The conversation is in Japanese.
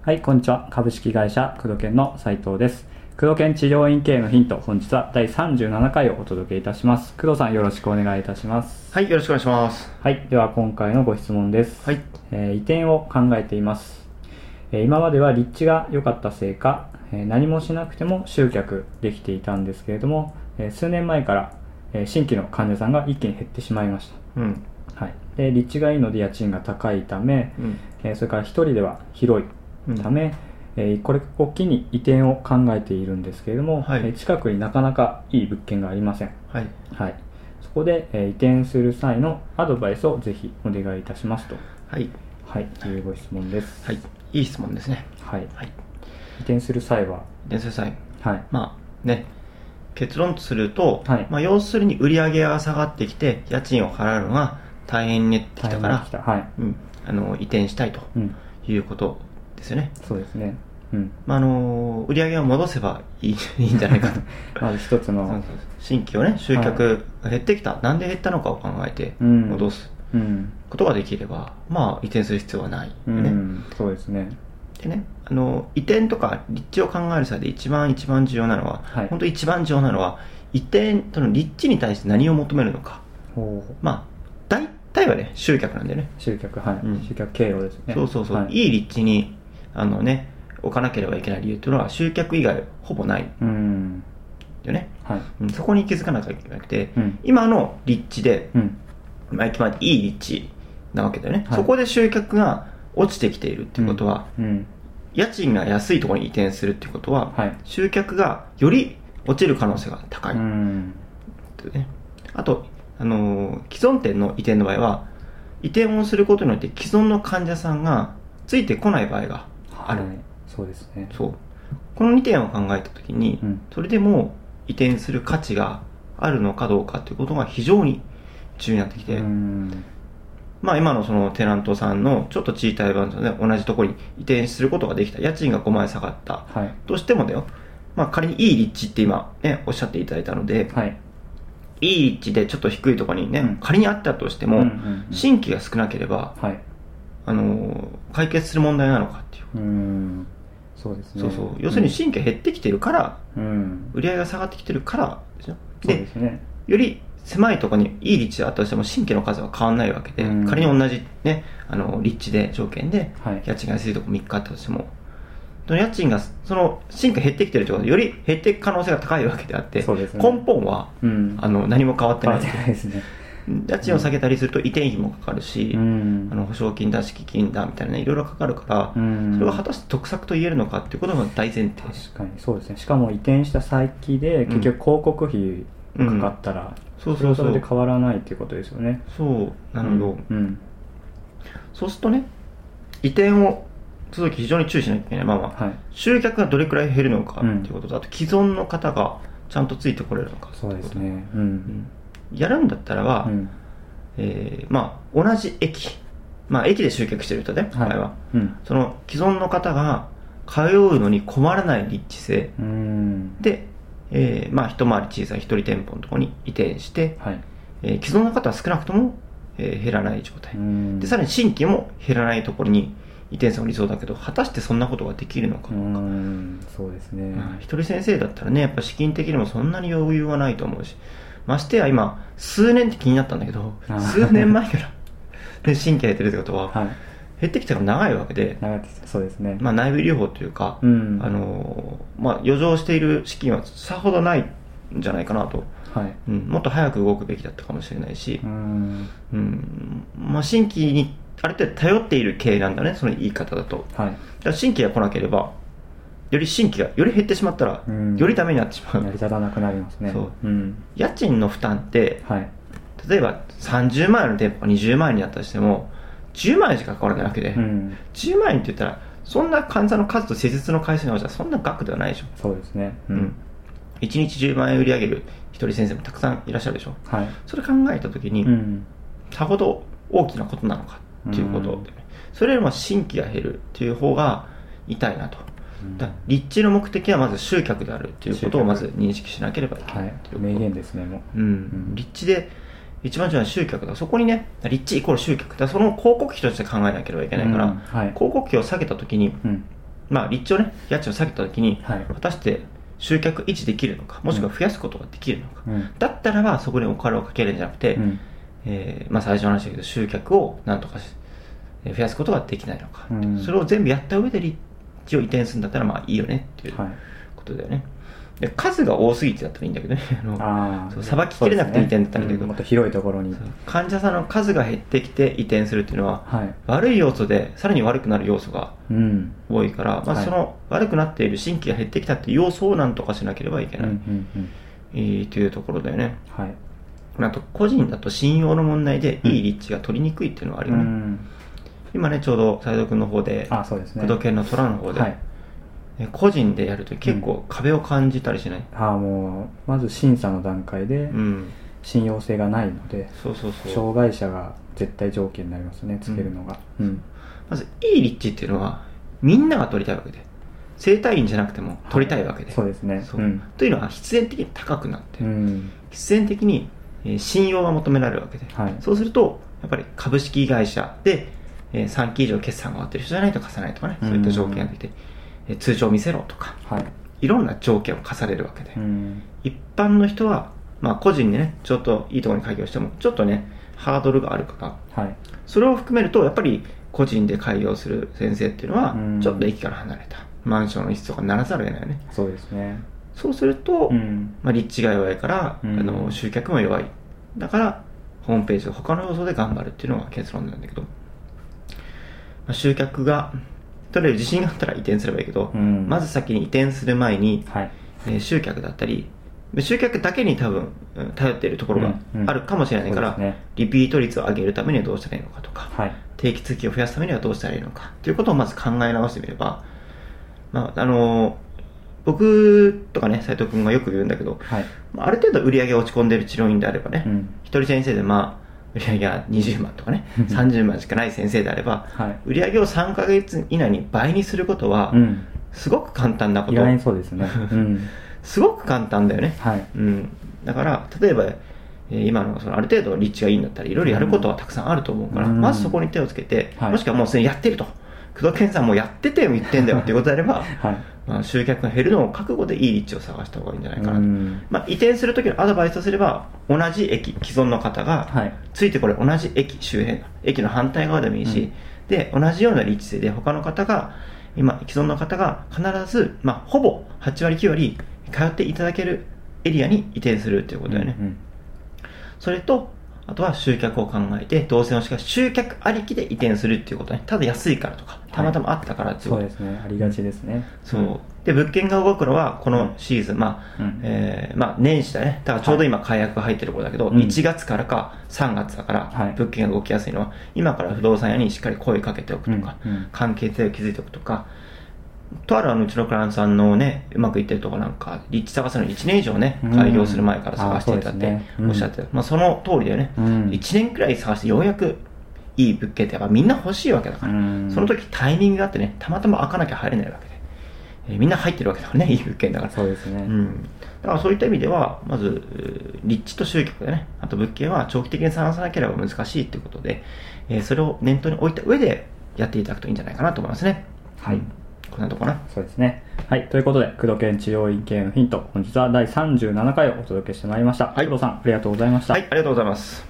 はい、こんにちは。株式会社工藤研の斉藤です。工藤研治療院経営のヒント、本日は第37回をお届けいたします。工藤さん、よろしくお願いいたします。はい、よろしくお願いします。はい、では今回のご質問です。はい。えー移転を考えています、えー今までは立地が良かったせいか、えー何もしなくても集客できていたんですけれども、えー数年前から、えー新規の患者さんが一気に減ってしまいましうん。た、はい、で立地がいいので家賃が高いため、うん。えーそれから一人では広いため、えーこれを機に移転を考えているんですけれども、はいえー近くになかなかいい物件がありません、はい。はい、そこで、えー移転する際のアドバイスをぜひお願いいたしますとはい。はい、というご質問です。はい。いい質問ですね。はい、移はい。転する際は、伝説祭。はい、まあね、結論とすると、はいまあ要するに売り上げが下がってきて、家賃を払うのが大変になってきたかがら来、た、はい、うん。あの、移転したいとうん、いうことですよね。そうですね、 うん、まああの、売り上げを戻せばいい いいんじゃないかと。 まず一つそうそうの、新規をね、集は客が減ってきた。なんで減ったのかを考えて、うん戻すうん、ことができれば、まあ移転する必要はないようね。ん、そうですね、でね、あの移転とか立地を考える際で一番一番重要なのは、はい本当一番重要なのは移転その立地に対して何を求めるのかほう、まあ大体はね集客なんだよね集客、はい、うん集客経路ですね。そうそうそう、はいい、い立地にあのね置かなければいけない理由というのは集客以外ほぼないんうん、だよね、はい、うんそこに気づかなきゃいけなくて、うん今の立地で、うん、まあ、駅前でいい立地なわけだよね、はいそこで集客が落ちてきているっていうことは、うん、家賃が安いところに移転するっていうことは、はい、集客がより落ちる可能性が高い、うん、ね、あと、あのー既存店の移転の場合は移転をすることによって既存の患者さんがついてこない場合がある、はい、そうですね。そうこの2点を考えた時に、うんそれでも移転する価値があるのかどうかということが非常に重要になってきて、うん、まあ今のそのテナントさんのちょっと小さいバンドで同じところに移転することができた家賃が5万円下がったはい、どうしてもだよ、まあ、仮にいい立地って今、ね、おっしゃっていただいたので、はい、い、い立地でちょっと低いところにね、うん仮にあったとしても、うんうんうん新規が少なければ、はい、あのー解決する問題なのかっていうう、ん、そうですね。そうそう、要するに新規が減ってきてるから、うん、売り上げが下がってきてるからですよそうでですね。より狭いところにいい立地であったとしても、新規の数は変わらないわけで、うん仮に同じ、ね、あのー立地で、条件で、はい、家賃が安いとこ3日あったとしても、その家賃が、その新規が減ってきてるってことで、より減っていく可能性が高いわけであって、そうですね根本は、うん、あの何も変わって変なわいってないですね。家賃を下げたりすると移転費もかかるし、うんあの保証金だ敷金だみたいなねいろいろかかるから、うんそれが果たして得策と言えるのかっていうことが大前提確かにそうですねしかも移転した先で結局広告費かかったら、そうそれそうはそそれでう変わらないっていうことですよねそうなるほど、うん、そうするとね移転をするとき非常に注意しなきゃいけないまあまあはい集客がどれくらい減るのかっうんていうことと、あと既存の方がちゃんとついてこれるのかそうですっていねうこと、ん、うんやるんだったらば、うんえーまあ同じ駅まあ駅で集客してる人ね、場合はうんその既存の方が通うのに困らない立地性うんで、えーまあ、一回り小さい一人店舗のところに移転して、はいえー既存の方は少なくとも、えー減らない状態うんでさらに新規も減らないところに移転するのが理想だけど果たしてそんなことができるのか、うんそうですね、まあ一人先生だったらねやっぱ資金的にもそんなに余裕はないと思うしましてや今数年って気になったんだけどあー数年前から、ね、新規が減ってるってことははい減ってきたのが長いわけで、長いですそうですね、まあ、内部留保というか、うんあのーまあ、余剰している資金はさほどないんじゃないかなと、はいうん、もっと早く動くべきだったかもしれないしう、んうんまあ、新規にある程度頼っている経営なんだね、その言い方だと。はいだから新規が来なければ、より新規がより減ってしまったら、うんよりダメになってしま成りう。立たなくなりますねそう、うん、家賃の負担って、はい例えば30万円の店舗が20万円になったとしても、10万円しかかからないわけで、うん10万円って言ったら、そんな患者の数と施設の回数に応じたら、そんな額ではないでしょ。そうですねう、うんん、1日10万円売り上げる一人先生もたくさんいらっしゃるでしょはいそれ考えた時に、うんさほど大きなことなのかっていうこと、うんそれよりも新規が減るっていう方が痛いなとうんだから立地の目的はまず集客であるというこ集とを客まず認識しなければいけないはいっていうこと名言ですねもううんん立地で一番重要な集客だそこにね立地イコール集客だからその広告費として考えなければいけないから、うんはい広告費を下げた時にうんまあ立地をね家賃を下げた時に、はい果たして集客維持できるのかもしくは増やすことができるのか、うんだったらばそこにお金をかけるんじゃなくて、うんえーまあ、最初の話だけど集客をなんとかしえー増やすことができないのか、うんそれを全部やった上で立地を移転するんだったらまあいいよねっていうはいことだよね、で数が多すぎてだったらいいんだけどね あのああそうさばききれなくて移転だったらいいけどもっと広いところにそう患者さんの数が減ってきて移転するっていうのははい悪い要素でさらに悪くなる要素がうん多いから、まはあ、いその悪くなっている新規が減ってきたっていう要素をなんとかしなければいけうんうない、んうんえーというところだよねはいあと個人だと信用の問題でいい立地が取りにくいっていうのはあるうよね、ん今ねちょうど斎藤君の方であそうです工ね藤犬の虎の方で、はいえ個人でやると結構壁を感じたりしない、ああもうまず審査の段階でうん、信用性がないのでそうそうそう障害者が絶対条件になりますねつけるのがうんまずいい立地っていうのはみんなが取りたいわけで整体院じゃなくても取りたいわけで、そうですねそううんというのは必然的に高くなって、うん必然的に、えー信用が求められるわけで、はいそうするとやっぱり株式会社で、えー、3期以上決算が終わってる人じゃないと貸さないとかねそういった条件が出て、えー通帳見せろとかはいいろんな条件を課されるわけで、うん一般の人は、まあ、個人でねちょっといいところに開業してもちょっとねハードルがあるからはいそれを含めるとやっぱり個人で開業する先生っていうのはうんちょっと駅から離れたマンションの一室とかにならざるを得ないよねそうですねそうすると、うんまあ、立地が弱いから、うんあの集客も弱いだからホームページを他の要素で頑張るっていうのが結論なんだけど、まあ、集客が取れる自信があったら移転すればいいけど、うんまず先に移転する前に、はいえー集客だったり集客だけに多分うん頼っているところがうんうんあるかもしれないから、そうですねリピート率を上げるためにはどうしたらいいのかとか、はい定期通期を増やすためにはどうしたらいいのかということをまず考え直してみれば、まああのー僕とかね斉藤君がよく言うんだけど、はいまあある程度売り上げが落ち込んでる治療院であればね、うん一人先生でまあ売り上げが20万とかね30万しかない先生であればはい売り上げを3ヶ月以内に倍にすることはうんすごく簡単なこ意と、外にそうですねうんすごく簡単だよね、はいうん、だから例えば、えー今のそのある程度立地がいいんだったらいろいろやることはたくさんあると思うから、うんまずそこに手をつけて、はいもしくはもうすでにやってると工藤健さんもうやってて言ってんだよっていうことであれば、はいまあ、集客が減るのを覚悟でいい立地を探した方がいいんじゃないかなと、うんまあ、移転するときのアドバイスとすれば同じ駅既存の方が、はいついてこれ同じ駅周辺駅の反対側でもいいし、うんで同じような立地性で他の方が今既存の方が必ず、まあ、ほぼ8割9割通っていただけるエリアに移転するということだよね、うんうんそれとあとは集客を考えて動線をしか集客ありきで移転するっていうことねただ安いからとかたまたまあったからっていそうこうとですねありがちですねそうで物件が動くのはこのシーズン、まあうんえーまあ、年始だねだからちょうど今解約が入ってる頃だけど、うん1月からか3月だからはい物件が動きやすいのは今から不動産屋にしっかり声かけておくとか、うんうん関係性を築いておくとかとあるあのうちのクライアントさんのねうまくいってるとこなんか立地探すのに1年以上ねうん開業する前から探していたっあそうてですねうんおっしゃってた、まあ、その通りだよね、うん1年くらい探してようやくいい物件ってやっぱみんな欲しいわけだから、うんその時タイミングがあってねたまたま開かなきゃ入れないわけで、えーみんな入ってるわけだからねいい物件だからそうですねうん、だからそういった意味では、まず、うー立地と集客でね、あと物件は長期的に探さなければ難しいということで、えーそれを念頭に置いた上でやっていただくといいんじゃないかなと思いますね。はいうんこんなとこかな。そうですね。はい。ということで、工藤県治療院系のヒント、本日は第37回をお届けしてまいりました。はい工藤さん、ありがとうございました。はい、ありがとうございます。